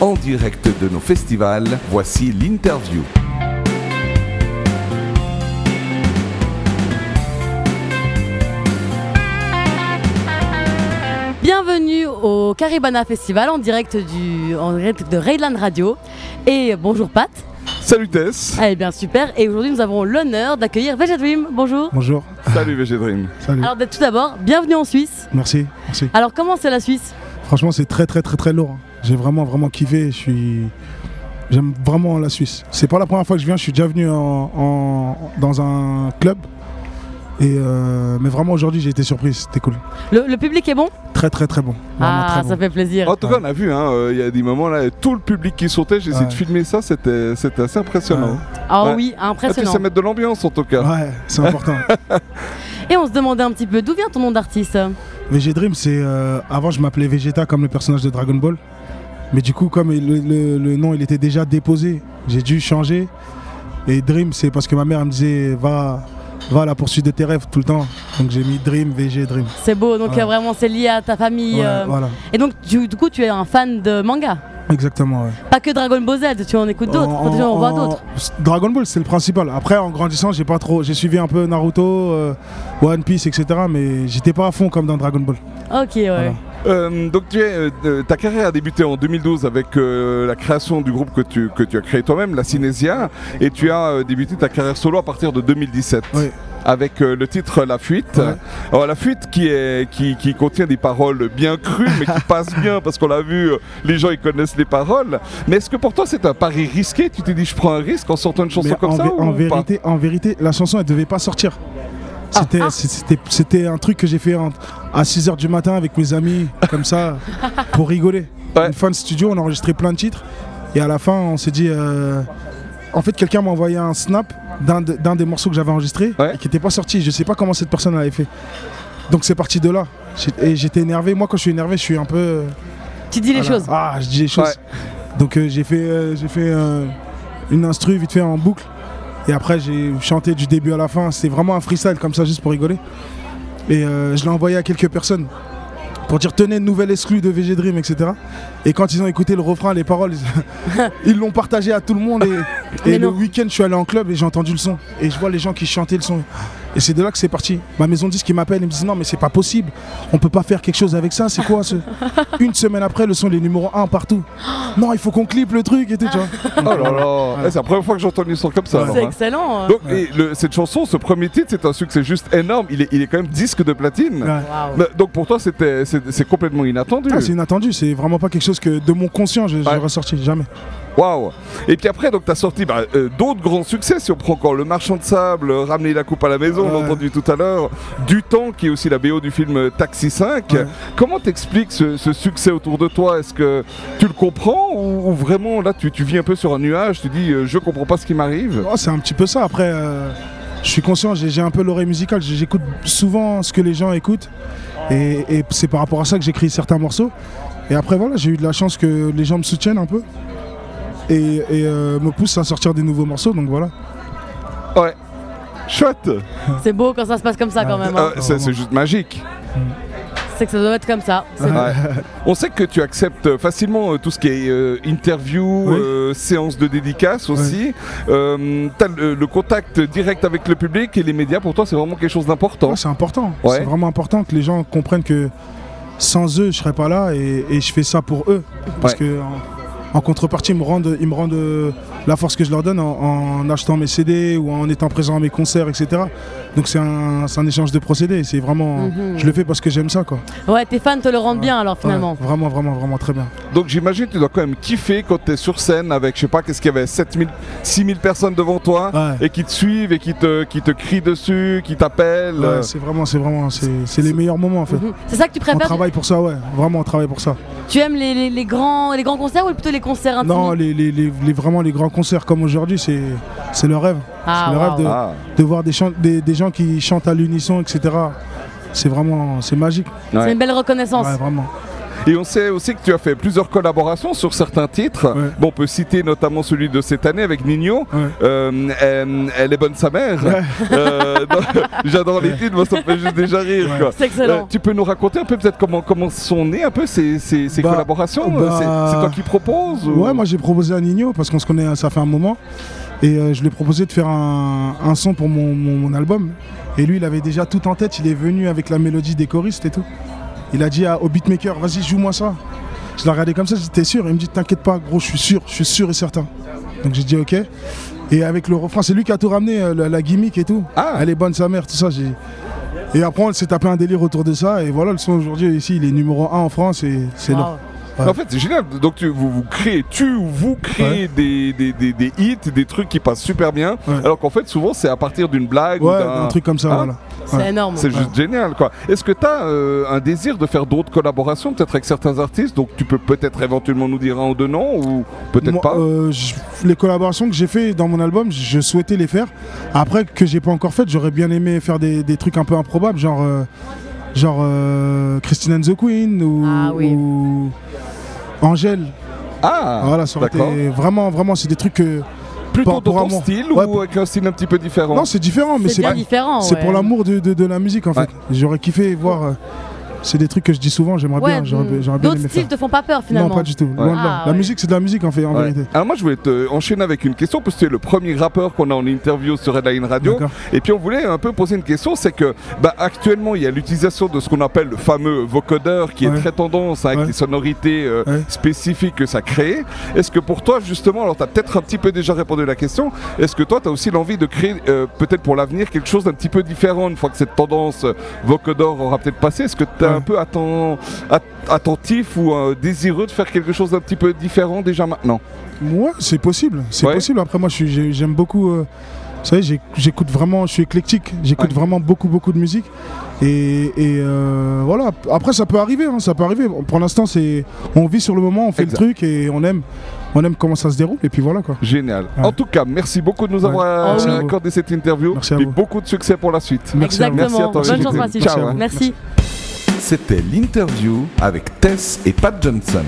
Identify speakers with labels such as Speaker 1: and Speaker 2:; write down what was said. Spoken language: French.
Speaker 1: en direct de nos festivals. Voici l'interview.
Speaker 2: Bienvenue au Caribana Festival en direct, du, en direct de Rayland Radio. Et bonjour Pat.
Speaker 1: Salut Tess.
Speaker 2: Eh bien super. Et aujourd'hui nous avons l'honneur d'accueillir Vegedream. Bonjour.
Speaker 3: Bonjour.
Speaker 1: Salut Végédrine.
Speaker 3: Salut.
Speaker 2: Alors d'être tout d'abord, bienvenue en Suisse.
Speaker 3: Merci. Merci.
Speaker 2: Alors comment c'est la Suisse
Speaker 3: Franchement, c'est très très très très lourd. hein. J'ai vraiment vraiment kiffé. Je suis. J'aime vraiment la Suisse. C'est pas la première fois que je viens. Je suis déjà venu en, en- dans un club. Et euh, mais vraiment aujourd'hui, j'ai été surpris. C'était cool.
Speaker 2: le, le public est bon
Speaker 3: Très très très bon. Vraiment
Speaker 2: Ah ça
Speaker 3: très bon. Oh,
Speaker 2: fait plaisir.
Speaker 1: En tout cas, on a vu, hein, euh, il y a des moments là, tout le public qui sautait, j'ai essayé
Speaker 3: Ouais.
Speaker 1: de filmer ça, c'était c'était assez impressionnant.
Speaker 2: Ah
Speaker 1: ouais.
Speaker 2: oui,
Speaker 1: Ah, tu
Speaker 2: impressionnant.
Speaker 1: sais mettre de l'ambiance en tout cas.
Speaker 3: Ouais, c'est important.
Speaker 2: Et on se demandait un petit peu d'où vient ton nom d'artiste
Speaker 3: VG Dream, c'est euh, avant je m'appelais Vegeta comme le personnage de Dragon Ball, mais du coup comme il- le, le- le nom il était déjà déposé, j'ai dû changer. Et Dream, c'est parce que ma mère elle me disait va va à la poursuite de tes rêves tout le temps, donc j'ai mis Dream VG Dream.
Speaker 2: C'est beau, donc
Speaker 3: Ouais.
Speaker 2: euh, vraiment c'est lié à ta famille.
Speaker 3: Ouais,
Speaker 2: euh,
Speaker 3: Voilà,
Speaker 2: Et donc tu- du coup tu es un fan de manga
Speaker 3: exactement. ouais.
Speaker 2: Pas que Dragon Ball Z, tu en écoutes d'autres,
Speaker 3: En-
Speaker 2: enfin, tu en, vois
Speaker 3: en-
Speaker 2: d'autres.
Speaker 3: Dragon Ball, c'est le principal. Après, en grandissant, j'ai pas trop, j'ai suivi un peu Naruto, euh, One Piece, etc. Mais j'étais pas à fond comme dans Dragon Ball.
Speaker 2: Ok, ouais.
Speaker 3: Voilà.
Speaker 1: Euh, donc tu es, euh, euh, ta carrière a débuté en 2012 avec euh, la création du groupe que tu, que tu as créé toi-même, la Cinésia, et tu as euh, débuté ta carrière solo à partir de 2017
Speaker 3: Ouais.
Speaker 1: avec euh, le titre La Fuite.
Speaker 3: Ouais.
Speaker 1: Alors la Fuite qui, est, qui, qui contient des paroles bien crues mais qui passent bien parce qu'on l'a vu, euh, les gens ils connaissent les paroles. Mais est-ce que pour toi c'est un pari risqué Tu t'es dit je prends un risque en sortant une chanson
Speaker 3: Mais
Speaker 1: comme
Speaker 3: en,
Speaker 1: ça
Speaker 3: vé-
Speaker 1: ou
Speaker 3: en
Speaker 1: pas
Speaker 3: vérité, en vérité, la chanson elle devait pas sortir.
Speaker 2: Ah.
Speaker 3: C'était
Speaker 2: Ah.
Speaker 3: c'est- c'était- c'était un truc que j'ai fait en- à 6h du matin avec mes amis, comme ça, pour rigoler.
Speaker 1: Ouais.
Speaker 3: Une fin de studio, on a enregistré plein de titres. Et à la fin, on s'est dit. euh, En fait, quelqu'un m'a envoyé un snap d'un de- d'un des morceaux que j'avais enregistré
Speaker 1: Ouais.
Speaker 3: et qui n'était pas sorti. Je sais pas comment cette personne l'avait fait. Donc c'est parti de là. J'ai- Et j'étais énervé. Moi, quand je suis énervé, je suis un peu. euh,
Speaker 2: Tu dis les
Speaker 3: voilà.
Speaker 2: choses.
Speaker 3: Ah, je dis les choses. Donc euh, j'ai fait, euh, j'ai fait euh, une instru vite fait en boucle. Et après j'ai chanté du début à la fin. C'est vraiment un freestyle comme ça juste pour rigoler. Et euh, je l'ai envoyé à quelques personnes pour dire tenez nouvelle exclue de VG Dream etc. Et quand ils ont écouté le refrain, les paroles, ils- ils l'ont partagé à tout le monde. Et,
Speaker 2: Mais
Speaker 3: et le
Speaker 2: non.
Speaker 3: week-end je suis allé en club et j'ai entendu le son. Et je vois les gens qui chantaient le son. Et c'est de là que c'est parti. Ma maison disque qui m'appelle et me dit non mais c'est pas possible. On peut pas faire quelque chose avec ça. C'est quoi ce Une semaine après le son il est numéro 1 partout. Non il faut qu'on clipe le truc et tout. Tu vois.
Speaker 1: Oh là là, Eh, c'est la première fois que j'entends une chanson comme ça.
Speaker 3: Ouais.
Speaker 1: alors,
Speaker 2: C'est
Speaker 1: hein.
Speaker 2: excellent. euh.
Speaker 1: Donc et le- cette chanson, ce premier titre, c'est un succès juste énorme. Il est, il est quand même disque de platine.
Speaker 3: Ouais.
Speaker 2: Waouh.
Speaker 1: Mais- Donc pour toi, c'était- c'est c'est complètement inattendu.
Speaker 3: Ah, c'est inattendu, c'est vraiment pas quelque chose que de mon conscient je-
Speaker 1: Ouais.
Speaker 3: j'aurais sorti, jamais.
Speaker 1: Waouh Et puis après, donc as sorti bah, euh, d'autres grands succès. Si on prend encore Le Marchand de Sable, euh, Ramener la coupe à la maison, on l'a
Speaker 3: Ouais.
Speaker 1: entendu tout à l'heure, Du Temps, qui est aussi la BO du film euh, Taxi 5.
Speaker 3: Ouais.
Speaker 1: Comment t'expliques ce, ce succès autour de toi Est-ce que tu le comprends ou, ou vraiment là, tu, tu vis un peu sur un nuage, tu dis euh, je comprends pas ce qui m'arrive
Speaker 3: Oh, c'est un petit peu ça, après euh, je suis conscient, j'ai j'ai un peu l'oreille musicale, j'- j'écoute souvent ce que les gens écoutent et, et c'est par rapport à ça que j'écris certains morceaux. Et après voilà, j'ai eu de la chance que les gens me soutiennent un peu et, et, euh, me poussent à sortir des nouveaux morceaux, donc voilà.
Speaker 1: Ouais. Chouette
Speaker 2: C'est beau quand ça se passe comme ça quand
Speaker 3: Ouais.
Speaker 2: même.
Speaker 1: Euh,
Speaker 2: hein.
Speaker 1: C'est c'est juste magique
Speaker 2: C'est que ça doit être comme ça. C'est
Speaker 1: Ouais. On sait que tu acceptes facilement euh, tout ce qui est euh, interview,
Speaker 3: Oui.
Speaker 1: euh, séance de dédicace aussi. Euh, t'as le, le contact direct avec le public et les médias, pour toi, c'est vraiment quelque chose d'important.
Speaker 3: Ouais, c'est important.
Speaker 1: Ouais.
Speaker 3: C'est vraiment important que les gens comprennent que sans eux, je serais pas là et, et je fais ça pour eux. Parce
Speaker 1: Ouais.
Speaker 3: que en, en contrepartie, ils me rendent, ils me rendent euh, la force que je leur donne en, en achetant mes CD ou en étant présent à mes concerts, etc. Donc c'est un, c'est un échange de procédés. C'est vraiment,
Speaker 2: Mhm.
Speaker 3: je le fais parce que j'aime ça, quoi.
Speaker 2: Ouais, tes fans te le rendent bien alors
Speaker 3: Ouais,
Speaker 2: finalement.
Speaker 3: vraiment, vraiment, vraiment très bien.
Speaker 1: Donc j'imagine que tu dois quand même kiffer quand tu es sur scène avec, je sais pas, qu'est-ce qu'il y avait, 7000, 6000 personnes devant toi
Speaker 3: Ouais.
Speaker 1: et qui te suivent et qui te, qui te crient dessus, qui t'appellent.
Speaker 3: Ouais,
Speaker 1: euh,
Speaker 3: c'est vraiment, c'est vraiment, c'est c'est les meilleurs moments en fait.
Speaker 2: Mhm. C'est ça que tu
Speaker 3: On
Speaker 2: préfères
Speaker 3: travaille pour ça, ouais. Vraiment, on travaille pour ça.
Speaker 2: Tu aimes les, les- les grands, les grands concerts ou plutôt les concerts intimes
Speaker 3: Non, les, les- les- les- vraiment les grands concerts comme aujourd'hui, c'est c'est le rêve.
Speaker 2: Ah,
Speaker 3: c'est le
Speaker 2: waouh.
Speaker 3: rêve de,
Speaker 1: ah.
Speaker 3: de voir des, chan- des, des gens qui chantent à l'unisson, etc. C'est vraiment, c'est magique.
Speaker 2: C'est
Speaker 1: Ouais.
Speaker 2: une belle reconnaissance.
Speaker 3: Ouais, vraiment.
Speaker 1: Et on sait aussi que tu as fait plusieurs collaborations sur certains titres.
Speaker 3: Ouais.
Speaker 1: Bon, on peut citer notamment celui de cette année avec Nino.
Speaker 3: Ouais.
Speaker 1: Euh, euh, elle est bonne sa mère. Euh, non, J'adore les titres, moi ça me fait juste déjà rire.
Speaker 3: Ouais.
Speaker 1: quoi.
Speaker 2: C'est
Speaker 1: Euh,
Speaker 2: excellent.
Speaker 1: tu peux nous raconter un peu peut-être comment, comment sont nées un peu ces, ces- ces
Speaker 3: Bah,
Speaker 1: collaborations
Speaker 3: bah,
Speaker 1: euh, C'est c'est toi qui proposes ou-
Speaker 3: Ouais, moi j'ai proposé à Nino parce qu'on se connaît, ça fait un moment. Et euh, je lui ai proposé de faire un, un son pour mon, mon- mon album. Et lui, il avait déjà tout en tête. Il est venu avec la mélodie des choristes et tout. Il a dit à, au beatmaker, vas-y, joue-moi ça. Je l'ai regardé comme ça, j'étais sûr. Il me dit, t'inquiète pas, gros, je suis sûr, je suis sûr et certain. Donc j'ai dit, ok. Et avec le refrain, c'est lui qui a tout ramené, euh, la, la gimmick et tout.
Speaker 1: Ah.
Speaker 3: Elle est bonne, sa mère, tout ça. j'ai- Et après, on s'est tapé un délire autour de ça. Et voilà, le son aujourd'hui, ici, il est numéro 1 en France. Et c'est
Speaker 2: Wow.
Speaker 3: là.
Speaker 1: En fait, c'est génial. Donc, tu, vous, vous créez, tu ou vous créez des, des, des- des hits, des trucs qui passent super bien.
Speaker 3: Ouais.
Speaker 1: Alors qu'en fait, souvent, c'est à partir d'une blague ou
Speaker 3: Ouais,
Speaker 1: d'un
Speaker 3: un truc comme ça,
Speaker 1: Ah.
Speaker 3: voilà.
Speaker 2: C'est
Speaker 3: Ouais.
Speaker 2: énorme.
Speaker 1: C'est juste génial, quoi. Est-ce que tu as un désir de faire d'autres collaborations, peut-être avec certains artistes Donc, tu peux peut-être éventuellement nous dire un ou deux noms, ou peut-être
Speaker 3: Moi,
Speaker 1: pas.
Speaker 3: euh, je- les collaborations que j'ai fait dans mon album, je- je souhaitais les faire. Après, que j'ai pas encore fait, j'aurais bien aimé faire des, des trucs un peu improbables, genre, euh, genre euh, Christine and the Queen ou,
Speaker 2: Ah oui.
Speaker 3: ou Angèle.
Speaker 1: Ah,
Speaker 3: voilà, ça aurait
Speaker 1: d'accord.
Speaker 3: été vraiment, vraiment, c'est des trucs que.
Speaker 1: Plutôt
Speaker 3: pour-
Speaker 1: dans
Speaker 3: pour
Speaker 1: ton
Speaker 3: amour.
Speaker 1: style
Speaker 3: Ouais,
Speaker 1: ou
Speaker 3: pour-
Speaker 1: avec un style un petit peu différent
Speaker 3: Non, c'est différent, mais
Speaker 2: C'est
Speaker 3: c'est
Speaker 2: bien différent.
Speaker 3: c'est
Speaker 2: ouais.
Speaker 3: pour l'amour de, de- de la musique en fait.
Speaker 1: Ouais.
Speaker 3: J'aurais kiffé voir. euh, c'est des trucs que je dis souvent, j'aimerais
Speaker 2: Ouais, mm.
Speaker 3: bien, j'aurais bien- j'aurais bien
Speaker 2: D'autres
Speaker 3: aimé
Speaker 2: styles
Speaker 3: faire.
Speaker 2: te font pas peur finalement.
Speaker 3: Non, pas du tout. loin de
Speaker 1: Ouais.
Speaker 3: là.
Speaker 2: Ah,
Speaker 3: La
Speaker 2: ouais.
Speaker 3: musique, c'est de la musique en fait, en
Speaker 1: Ouais.
Speaker 3: vérité.
Speaker 1: Alors moi je voulais te enchaîner avec une question parce que tu es le premier rappeur qu'on a en interview sur Headline Radio
Speaker 3: D'accord.
Speaker 1: et puis on voulait un peu poser une question c'est que bah, actuellement il y a l'utilisation de ce qu'on appelle le fameux vocodeur qui est
Speaker 3: Ouais.
Speaker 1: très tendance hein, avec
Speaker 3: Ouais.
Speaker 1: des sonorités euh,
Speaker 3: Ouais.
Speaker 1: spécifiques que ça crée est-ce que pour toi justement alors tu as peut-être un petit peu déjà répondu à la question est-ce que toi tu as aussi l'envie de créer euh, peut-être pour l'avenir quelque chose d'un petit peu différent une fois que cette tendance euh, vocodeur aura peut-être passé est-ce que tu es
Speaker 3: Ouais.
Speaker 1: un peu atten- at- attentif ou euh, désireux de faire quelque chose d'un petit peu différent déjà maintenant
Speaker 3: Ouais, c'est possible, c'est
Speaker 1: Ouais.
Speaker 3: possible. Après, moi, je suis- j'ai- j'aime beaucoup. euh, vous savez, j'ai- j'écoute vraiment, je suis éclectique, j'écoute
Speaker 1: Ouais.
Speaker 3: vraiment beaucoup, beaucoup de musique. Et, et, euh, voilà, après, ça peut arriver, hein, ça peut arriver. Pour l'instant, c'est on vit sur le moment, on fait
Speaker 1: Exact.
Speaker 3: le truc et on aime, on aime comment ça se déroule. Et puis voilà quoi.
Speaker 1: Génial.
Speaker 3: Ouais.
Speaker 1: En tout cas, merci beaucoup de nous
Speaker 3: Ouais.
Speaker 1: avoir
Speaker 2: Merci
Speaker 3: à vous.
Speaker 1: accordé cette interview
Speaker 3: Merci à
Speaker 1: et
Speaker 3: vous.
Speaker 1: beaucoup de succès pour la suite.
Speaker 3: Merci à vous.
Speaker 1: Merci à
Speaker 2: Exactement.
Speaker 1: toi, hein.
Speaker 2: Bonne
Speaker 1: Victor.
Speaker 2: chance, Mathilde.
Speaker 1: Ciao, hein.
Speaker 2: Merci.
Speaker 4: C'était l'interview avec Tess et Pat Johnson.